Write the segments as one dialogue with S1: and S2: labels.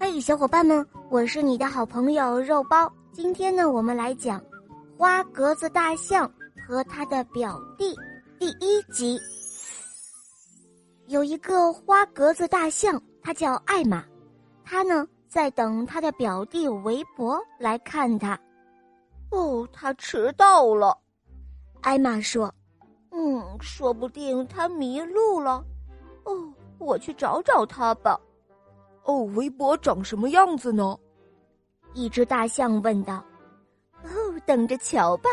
S1: 嘿，小伙伴们，我是你的好朋友肉包。今天呢，我们来讲《花格子大象和他的表弟》第一集。有一个花格子大象，它叫艾玛，它呢在等它的表弟韦伯来看它。
S2: 哦，他迟到了，
S1: 艾玛说
S2: 嗯，说不定他迷路了。哦，我去找找他吧。哦，围脖长什么样子呢？：“
S1: 一只大象问道。”
S2: 哦，等着瞧吧。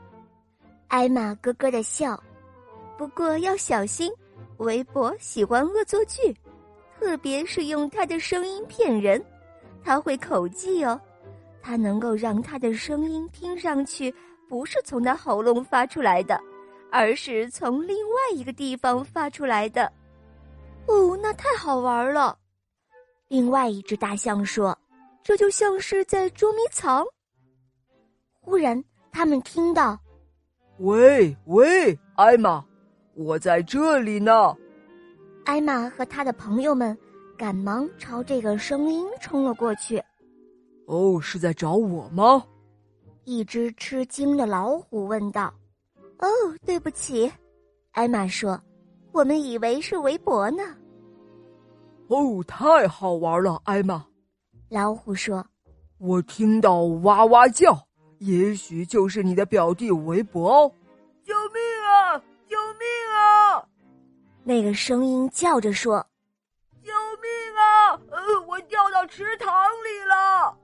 S1: 艾玛咯咯的笑。
S2: 不过要小心，围脖喜欢恶作剧，特别是用他的声音骗人。他会口技哦，他能够让他的声音听上去不是从他喉咙发出来的，而是从另外一个地方发出来的。哦，那太好玩了。
S1: 另外一只大象说
S2: 这就像是在捉迷藏。：“
S1: 忽然，他们听到
S3: 喂喂，艾玛，我在这里呢。
S1: 艾玛和他的朋友们赶忙朝这个声音冲了过去。
S3: 哦，是在找我吗？
S1: 一只吃惊的老虎问道
S2: 哦，对不起，：“
S1: 艾玛说，
S2: 我们以为是围脖呢。
S3: 哦，太好玩了，艾玛！
S1: 老虎说，
S3: 我听到哇哇叫，也许就是你的表弟韦伯哦。救命啊！救命啊！
S1: 那个声音叫着说。
S3: 救命啊！呃，我掉到池塘里了。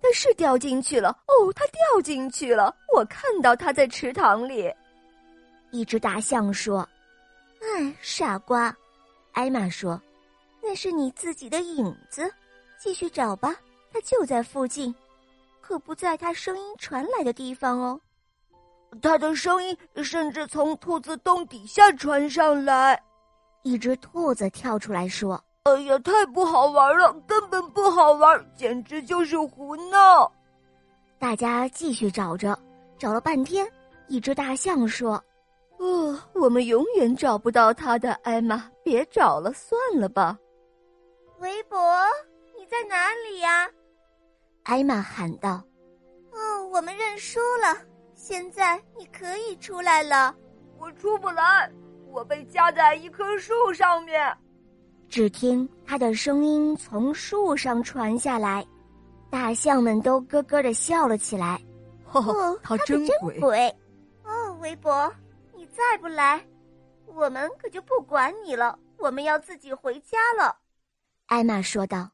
S2: 他是掉进去了，哦，他掉进去了，我看到他在池塘里。
S1: 一只大象说
S2: 哎，：“
S1: 傻瓜。”艾玛说
S2: 那是你自己的影子，继续找吧，他就在附近，可不在他声音传来的地方哦。他的声音甚至从兔子洞底下传上来。：“
S1: 一只兔子跳出来说。
S2: 哎呀，太不好玩了，根本不好玩，简直就是胡闹！”
S1: 大家继续找着，找了半天，一只大象说
S2: 哦，我们永远找不到他的，艾玛，别找了，算了吧。
S1: 韦伯，你在哪里呀？”艾玛喊道
S2: 哦，我们认输了，现在你可以出来了。我出不来，我被夹在一棵树上面。：“
S1: 只听他的声音从树上传下来，大象们都咯咯的笑了起来。
S3: 哈哈，
S2: 哦，
S3: 他
S2: 的
S3: 真
S2: 真
S3: 鬼！
S2: 鬼！哦，韦伯，你再不来，我们可就不管你了，我们要自己回家了。
S1: 艾玛说道